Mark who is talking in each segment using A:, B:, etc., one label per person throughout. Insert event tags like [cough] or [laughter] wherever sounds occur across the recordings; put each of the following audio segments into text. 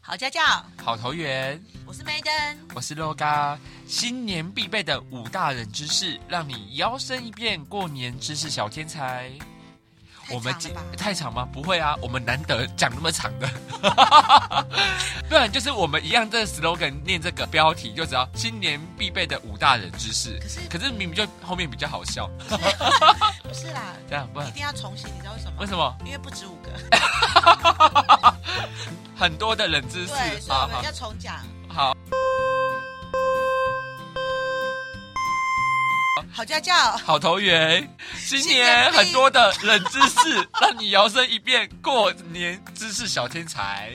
A: 好家教，
B: 好投缘，
A: 我是 Maiden。
B: 我是 LOGA，新年必备的五大冷知识，让你摇身一变过年知识小天才。
A: 太长了吧？
B: 太长吗？不会啊，我们难得讲那么长的， [laughs] 不然就是我们一样这 slogan 念这个标题，就只要新年必备的五大冷知识。
A: 可是
B: 可是明明就后面比较好笑，
A: [laughs] 不是啦，
B: 这样不然
A: 一定要重新，你知道为什么？
B: 为什么？
A: 因为不止五个，
B: 很多的冷知识啊
A: 对，所以我们要重讲。
B: 好
A: 好家教，
B: 好投缘，新
A: 新年
B: 年
A: 必
B: 很多的冷知识，让你摇身一变过年知识小天才。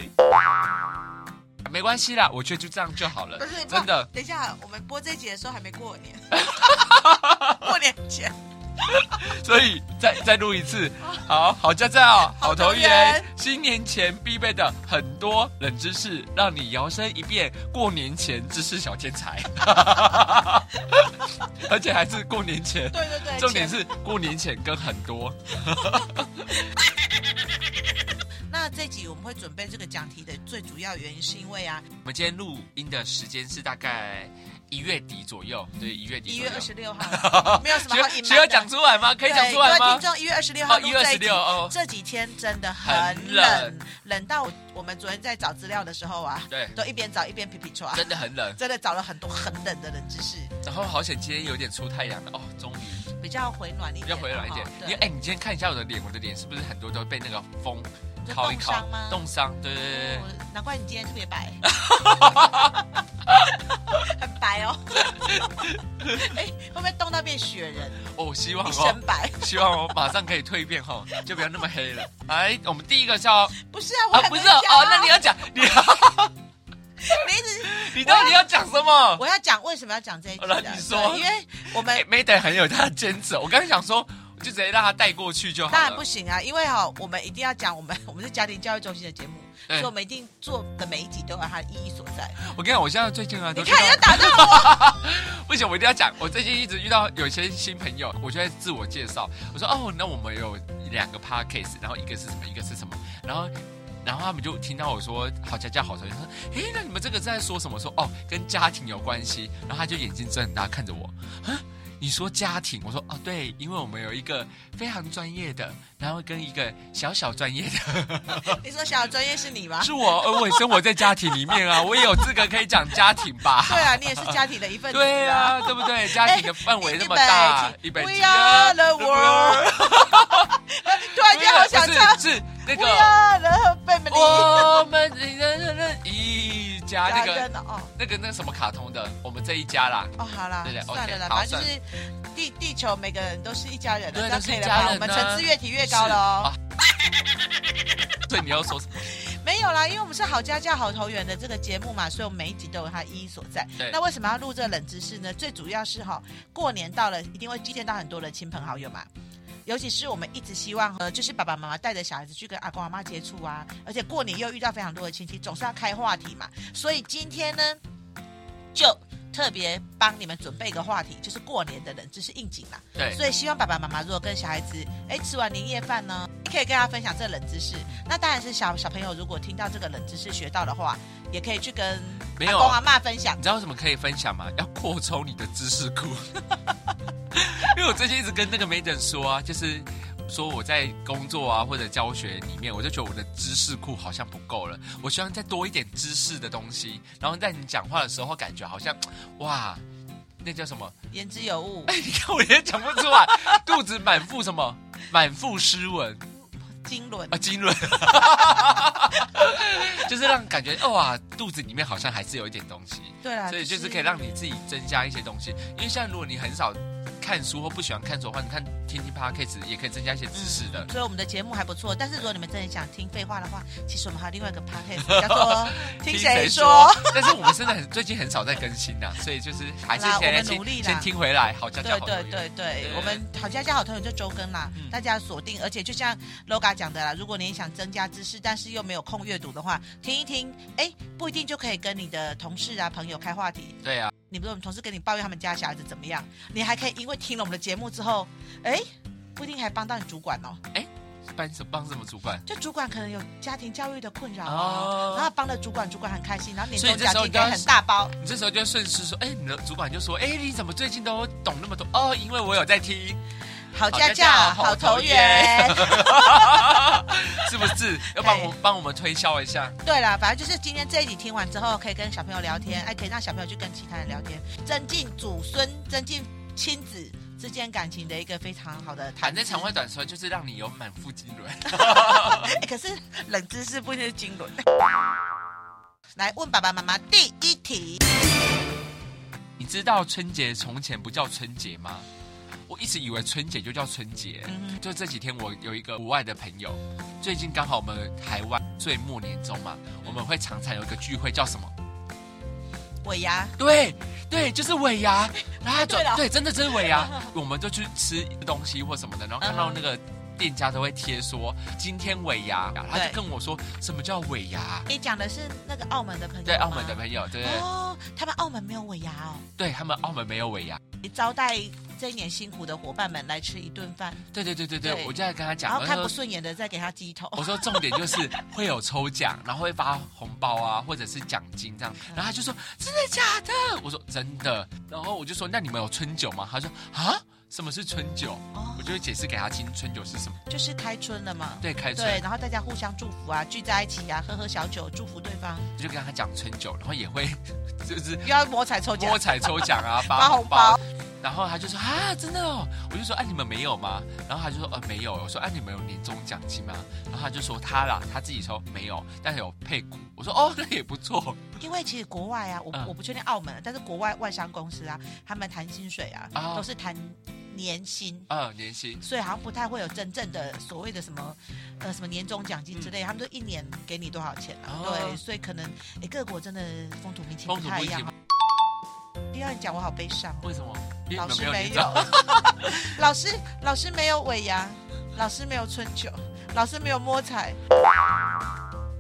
B: 没关系啦，我觉得就这样就好了
A: 不是，
B: 真的
A: 不。等一下，我们播这集的时候还没过
B: [laughs]
A: 年，过年前
B: 所以再再录一次，好好家 [laughs] 教，
A: 好
B: 好
A: 投
B: 投
A: 缘
B: 缘，新年前必备的很多冷知识，让你摇身一变过年前知识小天 [laughs] 才，而且还是过年前。
A: 对对对，
B: 重点
A: 前
B: 是过年前跟很多，
A: 那这集我们会准备这个讲题的最主要原因，是因为啊，
B: 我们今天录音的时间是大概一月底左右，对，一月底
A: 一
B: 左右。
A: 月二十六
B: [laughs]
A: 号没有什么好隐瞒
B: 需要
A: 的。
B: 讲出来吗？可以讲
A: 对
B: 出来
A: 各位
B: 吗
A: 听？众，一月二十六号
B: 哦，
A: 录
B: 一月二
A: 这
B: 十
A: 一集
B: 六哦，
A: 这几天真的很
B: 很
A: 冷，冷
B: 冷
A: 到我我们昨天在找资料的时候啊，
B: 对，
A: 都一边找一边皮皮抓，
B: 真的很冷。
A: 真的找了很多很冷的冷知识，
B: 然后好险今天有点出太阳了哦，终于。
A: 比较回暖一点，
B: 比较回暖一点
A: 好。不好
B: 你哎、你今天看一下我的脸，我的脸是不是很多都被那个风
A: 对，
B: 烤一
A: 冻
B: 烤
A: 伤吗？，
B: 冻伤？对对对对
A: 哦难怪你今天特别
B: [laughs]
A: 白，很白哦。 [laughs] 哎，会不会冻到变雪人，
B: 对，哦，希望
A: 一身
B: 哦，
A: 白？
B: [laughs] 希望我马上可以蜕变哦，就不要那么黑了。来，我们第一个叫啊，
A: 不是啊，我还
B: 不
A: 没
B: 是
A: 讲
B: 哦，
A: 啊
B: 哦那你要讲，你
A: 你一直
B: 你到底要讲什
A: [laughs]
B: 么？
A: 我要讲为什么要讲这一集
B: 哦那
A: 的？
B: 你说
A: 对因为我们
B: 哎、m a d e n 很有他的坚持哦，我刚才想说，我就直接让他带过去就好了。
A: 当然不行啊，因为哈、我们一定要讲我们 [laughs] 我们是家庭教育中心的节目，
B: 对
A: 所以我们一定做的每一集都有它的意义所
B: [laughs]
A: 在。
B: 我跟你讲，我现在最近啊，
A: 你
B: 都
A: 看
B: 遇到
A: 要打到
B: [laughs] 不行，我一定要讲。我最近一直遇到有些新朋友，我就在自我介绍，我说哦，那我们有两个 podcast，然后一个是什么，一个是什么，然后。然后他们就听到我说好家教好同学，说诶，那你们这个在说什么？说哦，跟家庭有关系。然后他就眼睛睁很大看着我，啊，你说家庭？我说哦，对，因为我们有一个非常专业的，然后跟一个小小专业的，
A: 你说小专业是你 [laughs] 吗？
B: 是啊我，呃而我也生活在家庭里
A: [laughs]
B: 面啊，我也有资格可以讲家庭吧？
A: 对啊，你也是家庭的一份子、
B: 对
A: 啊。哎
B: 啊，对不对？家庭的范围那么大，一百
A: We
B: 集
A: are
B: 啊
A: the
B: [laughs]
A: world [laughs] 突然间好想唱
B: 是是那
A: 不
B: 个
A: 要了 [laughs] family
B: 我们一人一家
A: 家
B: 那
A: 人
B: 个
A: 了哦
B: 那个那个什么卡通的，我们这一家啦。
A: 哦，好啦
B: 对对，
A: 算了
B: OK，
A: 啦，
B: 好
A: 反正就是地地球每个人都是一家人了，
B: 对
A: 这样
B: 都
A: 可
B: 是
A: 以
B: 一
A: 了吧？
B: 家人啊
A: 我们
B: 呢
A: 层次越提越高了哦。
B: 啊所以你要说什么？
A: 没有啦，因为我们是好家教好投缘的这个节目嘛，所以我们每一集都有它意义所在
B: 对。
A: 那为什么要录这个冷知识呢？最主要是哈、过年到了，一定会见到很多的亲朋好友嘛。尤其是我们一直希望，呃，就是爸爸妈妈带着小孩子去跟阿公阿妈接触啊，而且过年又遇到非常多的亲戚，总是要开话题嘛。所以今天呢，就特别帮你们准备一个话题，就是过年的冷知识应景啦。
B: 对，
A: 所以希望爸爸妈妈如果跟小孩子哎吃完年夜饭呢，可以跟他分享这冷知识。那当然是小小朋友如果听到这个冷知识学到的话，也可以去跟
B: 没
A: 阿
B: 有
A: 公阿妈分享
B: 你。知道为什么可以分享吗？要扩充你的知识库。 [laughs] 因为我最近一直跟那个 Maiden 说啊，就是说我在工作啊或者教学里面，我就觉得我的知识库好像不够了，我希望再多一点知识的东西。然后在你讲话的时候，感觉好像哇，那叫什么？ [laughs]
A: 言之有
B: 哎
A: 物，
B: 哎，你看我也讲不出来，肚子满腹什么？满腹诗文，
A: 金轮
B: 啊，金轮， [laughs] 就是让感觉哇，肚子里面好像还是有一点东西，
A: 对啦，
B: 所以就是可以让你自己增加一些东西。因为像如果你很少看书或不喜欢看书的话，你看听听 podcast 也可以增加一些知识的。
A: 所以我们的节目还不错，但是如果你们真的想听废话的话，其实我们还有另外一个 podcast 叫
B: [laughs]
A: 做《听谁说》。？
B: 但是我们真的很最近很少在更新呐，所以就是还是
A: 好啦
B: 先
A: 我们
B: 先
A: 努力啦
B: 先听回来，好家家
A: 对
B: 好
A: 对
B: 朋友
A: 对对
B: 对，
A: 我们好家家好朋友就周更啦，
B: 嗯
A: 大家锁定。而且就像 LOGA 讲的啦，如果你想增加知识，但是又没有空阅读的话，听一听，哎，不一定就可以跟你的同事啊朋友开话题。
B: 对啊，
A: 你不是我们同事跟你抱怨他们家小孩子怎么样，你还可以因为听了我们的节目之后，哎，不一定还帮到你主管哦。
B: 帮什帮什么主管？
A: 就主管可能有家庭教育的困扰
B: 哦
A: 啊，然后帮了主管，主管很开心，然后年
B: 所以
A: 终
B: 这
A: 奖
B: 时候
A: 金
B: 你要
A: 给很大包。
B: 你这时候就顺势说，哎，你的主管就说，哎，你怎么最近都懂那么多？哦，因为我有在听， [laughs]
A: 好
B: 好
A: 家
B: 家
A: 教，
B: 教好
A: 好投
B: 投
A: 缘。
B: 是不是？要帮我帮我们推销一下？
A: [laughs] 对啦，反正就是今天这一集听完之后，可以跟小朋友聊天，哎，可以让小朋友去跟其他人聊天，增进祖孙、增进亲子之间感情的一个非常好的谈
B: 反
A: 资。
B: 正长话短说，就是让你有满腹经纶。
A: 哎，可是冷知识不一定是金轮。来问爸爸妈妈第一题，
B: 你知道春节从前不叫春节吗？我一直以为春节就叫春节。
A: 嗯
B: 就这几天，我有一个国外的朋友，最近刚好我们台湾岁末年终嘛，我们会常常有一个聚会，叫什么？
A: 哼，尾牙，
B: 对对，就是尾牙，然后他
A: 对了
B: 转对，真的就是尾
A: [laughs]
B: 牙，我们就去吃东西或什么的，
A: 嗯
B: 然后看到那个店家都会贴说今天尾牙，然后他
A: 对
B: 就跟我说什么叫尾牙？
A: 你讲的是那个澳门的朋友吗，
B: 对，澳门的朋友，对对对
A: 哦，他们澳门没有尾牙哦。
B: 对，他们澳门没有尾牙。
A: 你招待这一年辛苦的伙伴们来吃一顿饭，
B: 对对对对对，
A: 对
B: 我就在跟他
A: 然
B: 讲，
A: 后
B: 我
A: 看
B: 说
A: 不顺眼的再给他鸡头。
B: 我说重点就是会有抽奖，然后会发红包啊，或者是奖金这样。然后他就说真的假的？我说真的。然后我就说那你们有春酒吗？他说啊，什么是春酒？
A: 哦
B: 我，就会解释给他听春酒是什么。
A: 就是开春了嘛。
B: 对，开春
A: 对，然后大家互相祝福啊，聚在一起啊，喝喝小酒，祝福对
B: [laughs]
A: 方，
B: 我就跟他讲春酒，然后也会 [laughs] 就是
A: 不要摸彩抽奖
B: 摸。彩抽
A: [laughs]
B: 奖啊，
A: 发
B: 发
A: 红
B: 红包。然后他就说啊，真的哦，我就说啊，你们没有吗？然后他就说呃没有，我说啊，你们有年终奖金吗？然后他就说他啦，他自己说没有，但是有配股。我说哦，那也不错
A: 因为其实国外啊，我、
B: 嗯
A: 我不确定澳门，但是国外外商公司啊，他们谈薪水啊，
B: 啊
A: 都是谈年薪。
B: 啊、年薪
A: 所以好像不太会有真正的所谓的什么，呃，什么年终奖金之类，他们都一年给你多少钱啊？
B: 嗯哦
A: 对，所以可能诶，各国真的风土民情
B: 风
A: 不
B: 土
A: 太
B: 不
A: 一
B: 一
A: 样
B: 样。。
A: 第二讲我好悲伤哦，
B: 为什么？因为
A: 老
B: 你们
A: 师
B: 没有
A: 没
B: 年
A: 有
B: 终，
A: [laughs] 老师老师没有尾牙，老师没有春酒，老师没有摸彩。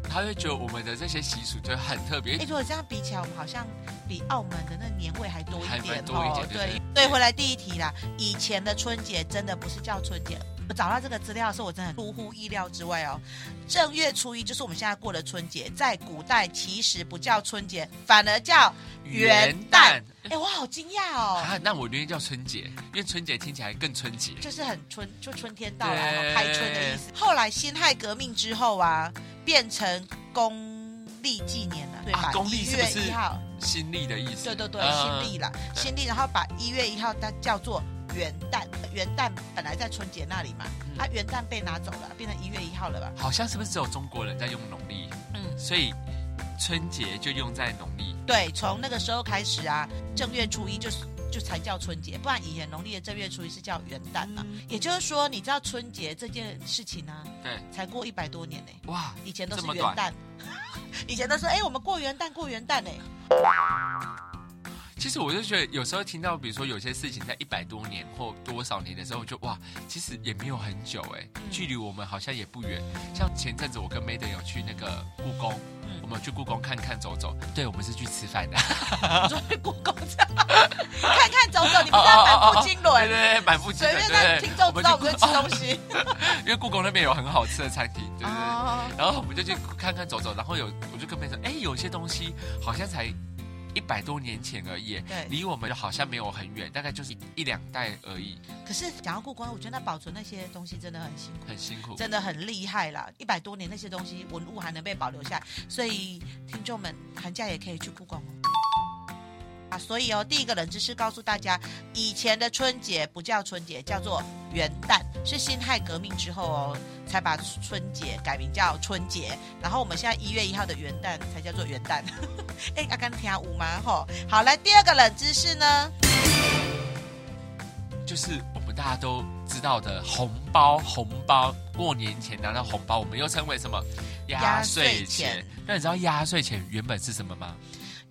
B: 他会觉得我们的这些习俗就很特别
A: 哎、。如果这样比起来，我们好像比澳门的那年味还多
B: 还
A: 一
B: 蛮
A: 点哦
B: 多一点对
A: 对，所以回来第一题啦，以前的春节真的不是叫春节。我找到这个资料的时候，我真的出乎意料之外哦。正月初一就是我们现在过的春节，在古代其实不叫春节，反而叫元旦。哎、我好惊讶哦，
B: 啊，那我宁愿叫春节，因为春节听起来更春节。
A: 就是很春，就春天到来，
B: 对
A: 开春的意思。后来辛亥革命之后啊，变成公历纪年了，对吧？
B: 啊公
A: 1
B: 历是不
A: 月
B: 是
A: 一号，
B: 新历的意思。
A: 对对对，
B: 嗯
A: 新历啦，
B: 对
A: 新历，然后把一月一号它叫做元旦，元旦本来在春节那里嘛，
B: 嗯
A: 它元旦被拿走了，变成一月一号了吧？
B: 好像是不是只有中国人在用农历？
A: 嗯，
B: 所以春节就用在农历。
A: 对，从那个时候开始啊，正月初一就是。就才叫春节，不然以前农历的正月初一是叫元旦嘛。也就是说，你知道春节这件事情呢、
B: 嗯对，
A: 才过一百多年呢、
B: 哇，
A: 以前都是
B: 这么
A: 元
B: 短
A: 旦， [laughs] 以前都是哎、我们过元旦过元旦呢、哎
B: 其实我就觉得有时候听到，比如说有些事情在一百多年或多少年的时候，就哇，其实也没有很久哎、
A: 嗯
B: 距离我们好像也不远。像前阵子我跟 Maiden 有去那个故宫，
A: 嗯
B: 我们有去故宫看看走走。对，我们是去吃饭
A: [laughs]
B: 的。 [laughs]
A: 你说去故宫这样 [laughs] 看看走走，你们在满腹经
B: 对对
A: 纶，
B: [laughs] 对，满腹经
A: 随便
B: 纶。对
A: 让
B: 对
A: 听
B: 对
A: 众知道我
B: 去
A: 们在
B: 故
A: 吃东西。
B: 因为故宫那边有很好吃的餐厅， [laughs] 对对对。
A: 哦，
B: 然后我们就去看看走走，然后有我就跟妹说，哎，有些东西好像才一百多年前而已，
A: 对
B: 离我们好像没有很远，大概就是一两代而已，
A: 可是讲到故宫，我觉得那保存那些东西真的很辛苦，
B: 很辛苦。
A: 真的很厉害啦！一百多年那些东西文物还能被保留下来，所以听众们寒假也可以去故宫哦。啊，所以哦，第一个冷知识告诉大家，以前的春节不叫春节，叫做元旦，是辛亥革命之后哦，才把春节改名叫春节。然后我们现在一月一号的元旦才叫做元旦。 [laughs] 哎，阿甘听舞吗？吼，好，来第二个冷知识呢，
B: 就是我们大家都知道的红包，红包过年前拿到红包，我们又称为什么？
A: 压岁钱。
B: 那你知道压岁钱原本是什么吗？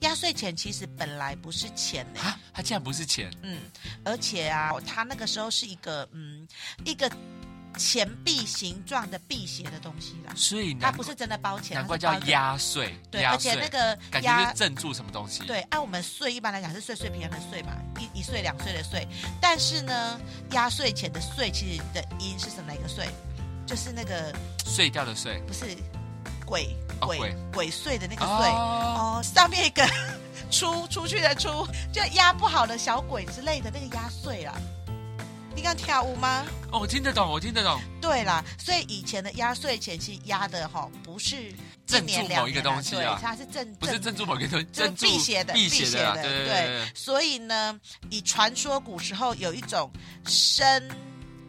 A: 压岁钱其实本来不是钱欸呢、
B: 啊，它竟然不是钱，
A: 嗯，而且啊，它那个时候是一个嗯一个钱币形状的辟邪的东西啦，
B: 所以
A: 它
B: 难
A: 不是真的包钱，
B: 难怪
A: 它是
B: 叫
A: 包的。
B: 压岁，
A: 对，
B: 压
A: 而且
B: 岁
A: 那个
B: 感觉
A: 压
B: 是镇住什么东西。
A: 对，按我们岁一般来讲是岁岁平安的岁嘛，一一岁两岁的岁，但是呢，压岁钱的岁其实的音是什么哪一个岁？就是那个
B: 碎掉的碎，
A: 不是鬼
B: 哦
A: 鬼、
B: 鬼
A: 鬼祟的那个岁
B: 哦，
A: 哦，上面一个 [laughs] 出出去的出，就压不好的小鬼之类的那个压岁啦。你刚跳舞吗？
B: 哦我听得懂，我听得懂，
A: 对啦，所以以前的压岁钱其实压的哈、不是一
B: 镇
A: 年
B: 住
A: 两
B: 某一
A: 年
B: 个东西
A: 对
B: 啊
A: 它是正
B: 不是镇住某个东西，
A: 就是
B: 镇住
A: 辟邪的，
B: 辟邪的啦，对对对对。
A: 所以呢，以传说古时候有一种身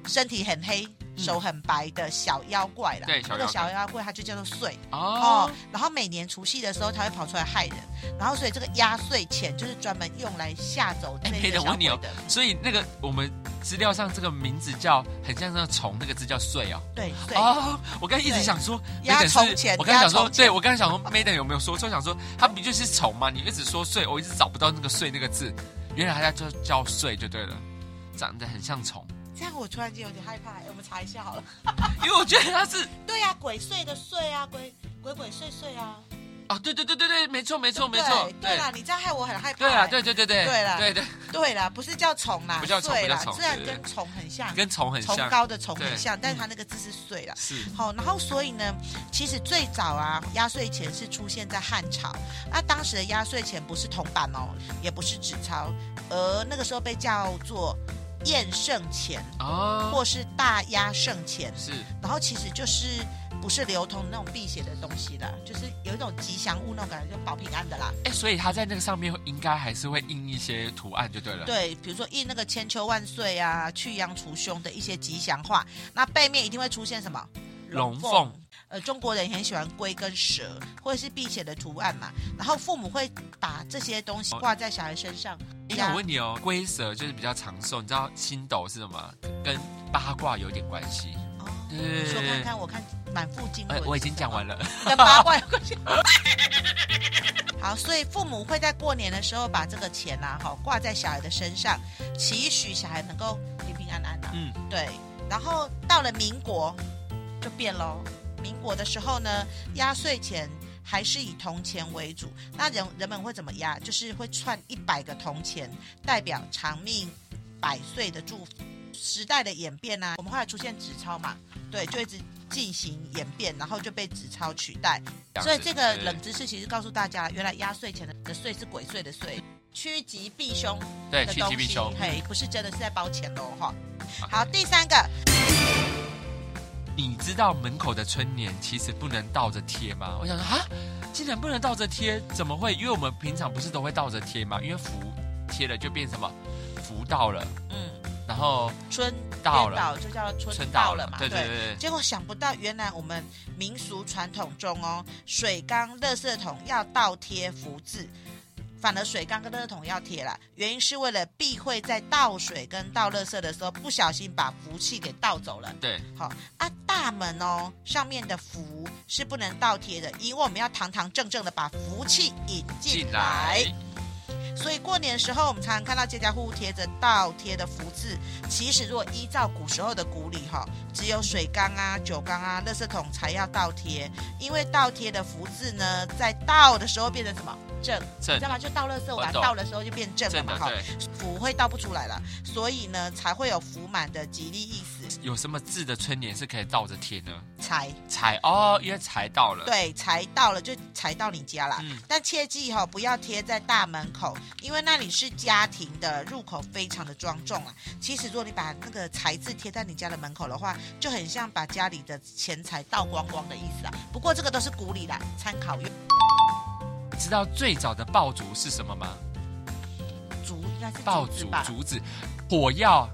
A: 身体很黑、手很白的小妖怪啦，
B: 嗯对小妖怪
A: 那个小妖怪它就叫做祟哦
B: 哦，
A: 然后每年除夕的时候，它会跑出来害人，然后所以这个压岁钱就是专门用来吓走这
B: 哎
A: 些
B: 黑
A: 小
B: 人我
A: 鬼
B: 问你哦
A: 的。
B: 所以那个我们资料上这个名字叫很像那个虫，那个字叫碎哦。
A: 对对，
B: 哦，我刚才一直
A: 对
B: 想说，
A: 压
B: Maiden 是
A: 虫钱
B: 我刚才
A: 压
B: 想说，
A: 虫钱
B: 对我刚才想说，Maiden 有没有说错？想说它不就是虫吗？你一直说碎，我一直找不到那个碎那个字，原来它叫叫碎就对了，长得很像虫，
A: 这样我突然间有点害怕，哎我们查一下好了。
B: 因为我觉得它是
A: 对呀、鬼祟的祟啊，鬼鬼鬼祟祟啊，
B: 哦，对对对对对，没错没哦错没
A: 对
B: 错，
A: 对啦，你这样害我很害怕。
B: 对
A: 哎
B: 啦，对对对对
A: 对啦
B: 对对，
A: 对啦，不是叫虫啦，
B: 不叫虫
A: 祟啦
B: 不叫虫
A: 虽然
B: 对对
A: 跟虫很像，
B: 跟虫很
A: 虫
B: 像，
A: 高的虫
B: 对
A: 很像，但是它那个字是岁啦。
B: 是
A: 好，然后所以呢，其实最早啊，压岁钱是出现在汉朝。那当时的压岁钱不是铜板哦，也不是纸钞，而那个时候被叫做验圣钱
B: 哦，
A: 或是大压圣钱。
B: 是
A: 然后其实就是不是流通那种辟邪的东西啦，就是有一种吉祥物那种感觉，就保平安的啦。
B: 哎，所以它在那个上面应该还是会印一些图案就对了，
A: 对，比如说印那个千秋万岁啊、去阳除凶的一些吉祥话，那背面一定会出现什么？
B: 龙凤
A: 呃，中国人也很喜欢龟跟蛇，或者是辟邪的图案嘛。然后父母会把这些东西挂在小孩身上。
B: 因为我问你哦，龟蛇就是比较长寿，你知道星斗是什么吗？跟八卦有点关系。
A: 哦
B: 对
A: 你说看看，我看满腹经
B: 呃
A: 纶。，
B: 我已经讲完了。 [laughs]
A: 跟八卦有关系。 [laughs] 好，所以父母会在过年的时候把这个钱啊，哈，挂在小孩的身上，期许小孩能够平平安安啊。
B: 嗯，
A: 对。然后到了民国就变喽，民国的时候呢，压岁钱还是以铜钱为主。那人人们会怎么压？就是会串一百个铜钱，代表长命百岁的祝福。时代的演变啊，我们后来出现纸钞嘛，对，就一直进行演变，然后就被纸钞取代。
B: 样子
A: 所以这个
B: 对
A: 冷知识其实告诉大家，原来压岁钱的的税是鬼祟的税，趋吉避凶
B: 对
A: 的
B: 哎趋吉
A: 东
B: 避
A: 西
B: 凶，。啊
A: 嘿，不是真的是在包钱喽哈。
B: 好
A: 好，第三个，
B: 你知道门口的春联其实不能倒着贴吗？我想说啊，竟然不能倒着贴，怎么会？因为我们平常不是都会倒着贴吗？因为福贴了就变什么福到了，
A: 嗯，
B: 然后
A: 春
B: 到了
A: 就叫
B: 春
A: 春
B: 到
A: 到
B: 了
A: 了嘛，
B: 对对对对
A: 结果想不到，原来我们民俗传统中哦，水缸、垃圾桶要倒贴福字，反而水缸跟垃圾桶要贴啦。原因是为了避讳在倒水跟倒垃圾的时候不小心把福气给倒走了。
B: 对，
A: 好啊，大门哦上面的福是不能倒贴的，因为我们要堂堂正正的把福气引进
B: 进来
A: 来。所以过年的时候，我们常常看到家家户户贴着倒贴的福字。其实，如果依照古时候的古礼哈，只有水缸啊、酒缸啊、垃圾桶才要倒贴，因为倒贴的福字呢，在倒的时候变成什么正，你
B: 正
A: 知道吗？就倒垃圾，我
B: 我
A: 把它
B: 懂
A: 倒的时候就变正了
B: 正
A: 嘛
B: 的
A: 哈，
B: 对，
A: 福会倒不出来了，所以呢才会有福满的吉利意思，
B: 有什么字的春联是可以倒着贴呢？
A: 财。
B: 财哦，因为财到了，
A: 对，才到了就才到你家啦。
B: 嗯
A: 但切记哈、不要贴在大门口，因为那里是家庭的入口，非常的庄重啊。其实如果你把那个财字贴在你家的门口的话，就很像把家里的钱财倒光光的意思啊。不过这个都是古礼啦，参考用。
B: 你知道最早的爆竹是什么吗？
A: 竹应该是
B: 爆
A: 竹
B: 竹
A: 子吧？ [laughs]
B: 竹子、火药，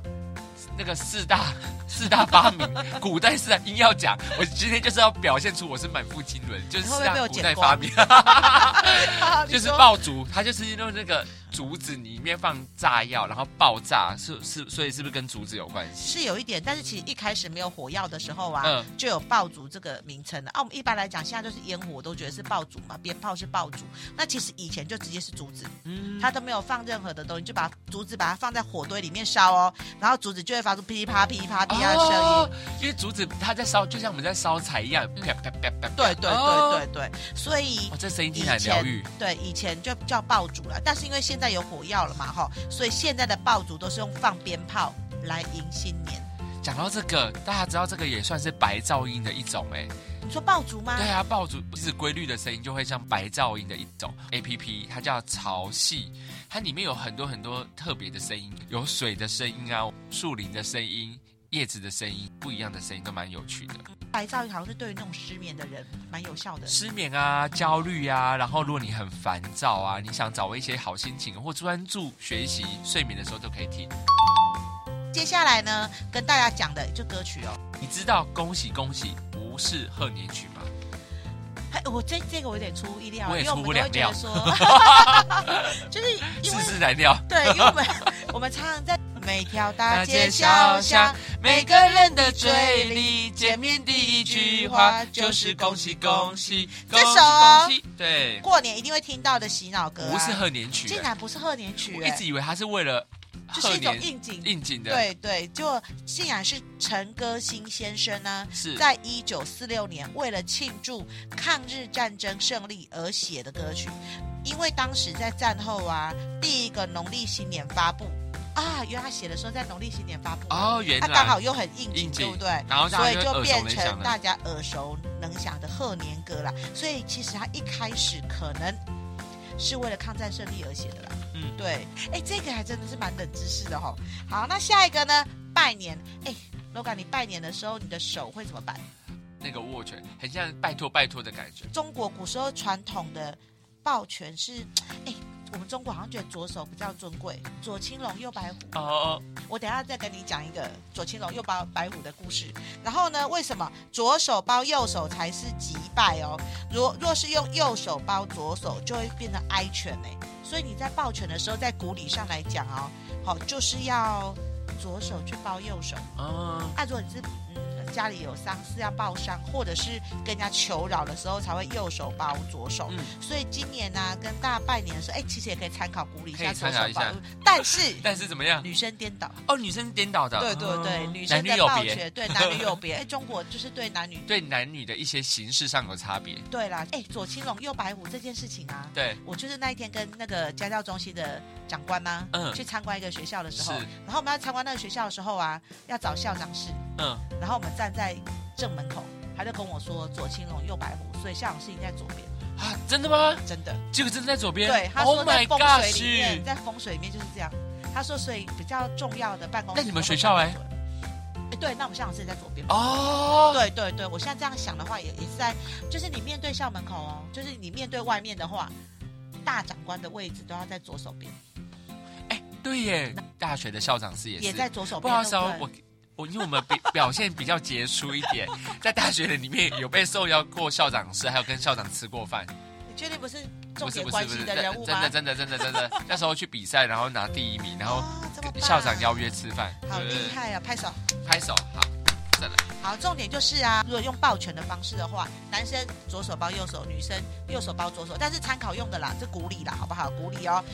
B: 那个四大 [laughs] 四大发明， [laughs] 古代四大硬要讲，我今天就是要表现出我是满腹经纶，就是
A: 你会
B: 四
A: 不会被
B: 大
A: 我
B: 古
A: 剪
B: 代
A: 光
B: 发明， [laughs]
A: 啊你
B: 就是
A: 说
B: 爆竹，它就是用那个竹子里面放炸药，然后爆炸，是是，所以是不是跟竹子有关系？
A: 是有一点，但是其实一开始没有火药的时候啊，
B: 嗯
A: 就有爆竹这个名称了。啊，我们一般来讲，现在就是烟火，我都觉得是爆竹嘛，鞭炮是爆竹。那其实以前就直接是竹子，
B: 嗯，
A: 它都没有放任何的东西，就把竹子把它放在火堆里面烧哦，然后竹子就会发出噼里啪噼里啪噼啦的声音。
B: 哦，因为竹子它在烧，就像我们在烧柴一样，啪啪啪啪啪。
A: 嗯对对
B: 哦
A: 对对对，所以
B: 哦，这声音
A: 以
B: 听起来很疗愈
A: 前。对以前就叫爆竹了，但是因为现在有火药了嘛哈，所以现在的爆竹都是用放鞭炮来迎新年。
B: 讲到这个，大家知道这个也算是白噪音的一种哎、
A: 你说爆竹吗？
B: 对啊，爆竹就是规律的声音，就会像白噪音的一种 A P P，它叫潮汐，它里面有很多很多特别的声音，有水的声音啊，树林的声音。叶子的声音，不一样的声音都蛮有趣的。
A: 白噪音好像是对于那种失眠的人蛮有效的。
B: 失眠啊，焦虑啊，然后如果你很烦躁啊，你想找一些好心情或专注学习、睡眠的时候都可以听。
A: 接下来呢，跟大家讲的就歌曲哦。
B: 你知道“恭喜恭喜”不是贺年曲吗？
A: 嘿我这这个我有点出乎意料，
B: 我也
A: 因为我
B: 出
A: 们
B: 乎
A: 都会
B: 两
A: 觉
B: 料
A: 得说， [laughs] 就是因
B: 世
A: 为
B: 事难料，
A: 对，因为我们 [laughs] 我们常常在每条大街
B: 街
A: 小巷
B: 小巷，
A: 每
B: 每
A: 个
B: 个
A: 人
B: 人
A: 的
B: 的
A: 嘴
B: 嘴
A: 里
B: 里
A: 见
B: 见
A: 面
B: 面
A: 第
B: 第
A: 一
B: 一
A: 句
B: 句
A: 话
B: 话
A: 就
B: 就是是
A: 恭
B: 恭
A: 喜
B: 喜
A: 恭
B: 恭
A: 喜
B: 喜
A: 恭喜
B: 恭喜
A: 恭
B: 恭
A: 喜
B: 喜，对，
A: 过年一定会听到的洗脑歌啊，
B: 不是贺年曲
A: 竟，然不是贺年曲、
B: 我
A: 哎
B: 一直以为它是为了
A: 就是
B: 贺
A: 一种
B: 年
A: 应景。
B: 应景的，，
A: 对对，就竟然是陈歌辛先生呢、
B: 是
A: 在一九四六年为了庆祝抗日战争胜利而写的歌曲，因为当时在战后啊，第一个农历新年发布啊，原来他写的时候在农历新年发布，
B: 哦，原
A: 他
B: 来
A: 啊刚好又很应景，
B: 应景
A: 对不对？
B: 然后大
A: 所
B: 家
A: 以
B: 就
A: 就
B: 耳熟
A: 变
B: 能
A: 成
B: 详
A: 大
B: 了。
A: 家耳熟能详的贺年歌啦。所以其实他一开始可能是为了抗战胜利而写的啦。
B: 嗯
A: 对，哎，这个还真的是蛮冷知识的哈、好，那下一个呢？拜年，哎，Logan，你拜年的时候，你的手会怎么摆？
B: 那个握拳，很像拜托拜托的感觉。
A: 中国古时候传统的抱拳是，哎，我们中国好像觉得左手比较尊贵，左青龙右白虎。
B: 哦哦，
A: 我等一下再跟你讲一个左青龙右包白虎的故事。然后呢，为什么左手包右手才是吉败哦？若若是用右手包左手，就会变成哀犬哎、所以你在抱拳的时候，在古礼上来讲哦，好就是要左手去包右手。
B: 哦，
A: 啊，如果你是嗯家里有丧事要报丧，或者是跟人家求饶的时候，才会右手包左手。
B: 嗯
A: 所以今年呢、跟大家拜年的时候，哎、其实也可以参考古礼一下
B: 可以
A: 左
B: 参
A: 手
B: 考一
A: 包
B: 下
A: 右，但
B: [laughs]
A: 是
B: 但是怎么样？
A: 女生颠倒。
B: 哦，女生颠倒的，
A: 对对对，
B: 哦
A: 女生
B: 男女
A: 在
B: 有
A: 抱
B: 别，
A: 拳，对男女有别。哎，中国就是对男女
B: 对男女的一些形式上有差别。
A: 对啦，哎，左青龙右白虎这件事情啊，
B: 对，
A: 我就是那一天跟那个家教中心的长官呢、
B: 嗯
A: 去参观一个学校的时候
B: 是，
A: 然后我们要参观那个学校的时候啊，要找校长室，
B: 嗯，
A: 然后我们站在正门口，他就跟我说左青龙右白虎，所以校长室应该在左边，
B: 啊，真的吗？
A: 真的。
B: 这个真的在左边？
A: 对，他
B: Oh
A: 说在
B: my
A: 风
B: gosh！
A: 水里面，在风水里面就是这样。他说，所以比较重要的办公室都会放左
B: 那
A: 边，
B: 你们学校哎
A: 哎，对，那我们校长室在左边。
B: 哦，
A: 对对对，我现在这样想的话，也也是在，就是你面对校门口哦，就是你面对外面的话，大长官的位置都要在左手边，
B: 哎，对耶，大学的校长室也是。
A: 也在左手边。
B: 不好意思哦
A: 对，不
B: 我
A: 对
B: 我因为我们比表现比较杰出一
A: [laughs]
B: 点，在大学的里面有被受邀过校长室，还有跟校长吃过饭。
A: 你确定不是重
B: 不是
A: 点
B: 不是
A: 关
B: 不
A: 系
B: 是，
A: 的人物
B: 真
A: 吗
B: 的？真的真的真的，
A: [laughs]
B: 那时候去比赛，然后拿第一名，然后
A: 啊这么棒
B: 校长邀呃约吃饭，
A: 好
B: 对不对
A: 厉害啊！拍手。
B: 拍手，好，再来。
A: 好，重点就是啊，如果用抱拳的方式的话，男生左手包右手，女生右手包左手，但是参考用的啦，这鼓励啦，好不好？鼓励哦。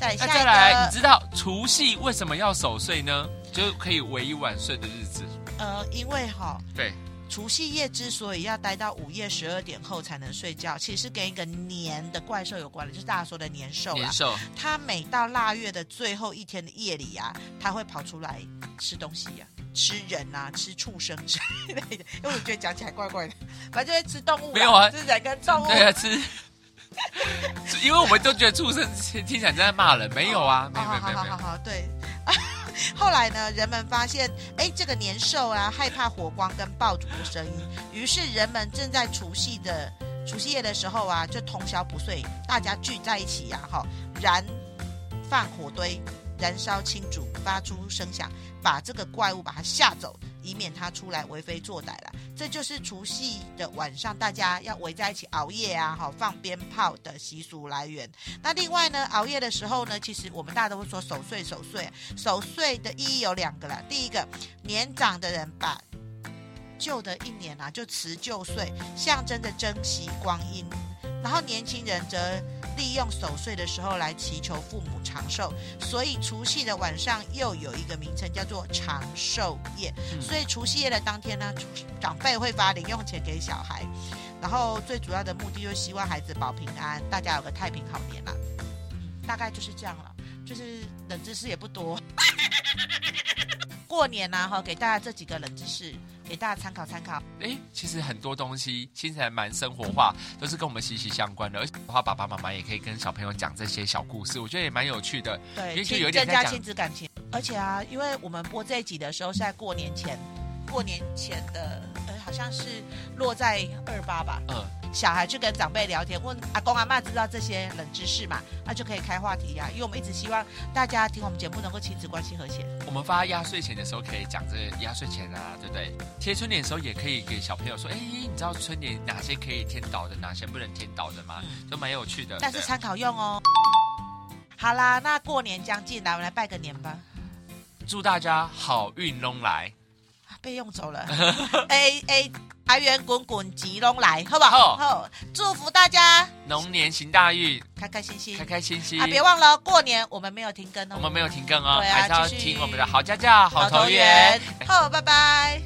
A: 再来
B: 哎那
A: 下一
B: 再
A: 个，
B: 来，你知道除夕为什么要守岁呢？就是可以唯一晚睡的日子。
A: 呃，因为哈、
B: 对，
A: 除夕夜之所以要待到午夜十二点后才能睡觉，其实是跟一个年的怪兽有关的，就是大家说的年兽
B: 年
A: 啦。
B: 兽
A: 它每到腊月的最后一天的夜里啊，它会跑出来吃东西呀、吃人啊，吃畜生之类的。 [laughs] 因为我觉得讲起来怪怪的，反正就会吃动物啦，
B: 没有啊
A: 就是人跟动物。
B: 对啊，吃。 [laughs] 因为我们都觉得畜生听起来在骂人，没有啊，没有没有没
A: 哦好
B: 有
A: 好
B: 没
A: 好
B: 有，
A: 好，对。 [laughs] 后来呢，人们发现，哎，这个年兽啊，害怕火光跟爆竹的声音，于是人们正在除夕的啊除夕夜的时候啊，就通宵不睡，大家聚在一起呀、哈，燃放火堆，燃烧青竹，发出声响，把这个怪物把它吓走，以免它出来为非作歹了。这就是除夕的晚上，大家要围在一起熬夜啊，好放鞭炮的习俗来源。那另外呢，熬夜的时候呢，其实我们大家都会说守岁，守岁，守岁的意义有两个啦。第一个，年长的人把旧的一年啊，就辞旧岁，象征着珍惜光阴；然后年轻人则利用守岁的时候来祈求父母长寿，所以除夕的晚上又有一个名称叫做长寿夜。
B: 嗯
A: 所以除夕夜的当天呢，长辈会发零用钱给小孩，然后最主要的目的就是希望孩子保平安，大家有个太平好年啦。大概就是这样了，就是冷知识也不多。 [laughs] 过年呢，哈，给大家这几个冷知识，给大家参考参考。
B: 哎，其实很多东西其实还蛮生活化，都是跟我们息息相关的。而且的话，爸爸妈妈也可以跟小朋友讲这些小故事，我觉得也蛮有趣的。
A: 对，
B: 也许
A: 亲
B: 有一点
A: 增
B: 在
A: 加
B: 讲
A: 亲子感情。而且啊，因为我们播这一集的时候是在过年前，过年前的，呃，好像是落在二八吧。
B: 嗯，
A: 小孩去跟长辈聊天，问阿公阿妈知道这些冷知识嘛，那就可以开话题啊呀、因为我们一直希望大家听我们节目能够亲子关系和谐。
B: 我们发压岁钱的时候可以讲这个压岁钱啊，对不对？贴春联的时候也可以给小朋友说，哎，你知道春联哪些可以添倒的，哪些不能添倒的吗？都蛮有趣的。
A: 嗯但是
B: 对啊
A: 参考用哦。好啦，那过年将近来，我们来拜个年吧。
B: 祝大家好运隆来，
A: 啊被用走
B: [laughs]
A: 了哎，A A 财源滚滚吉隆来，好不好？
B: 好
A: 好，祝福大家
B: 龙年行大运，
A: 开开心心
B: 开开心心。
A: 啊！别忘了过年我们没有停更哦，
B: 我们没有停更哦，
A: 对啊
B: 还是要
A: 继续
B: 听我们的好家教、好投缘。
A: 好，拜拜。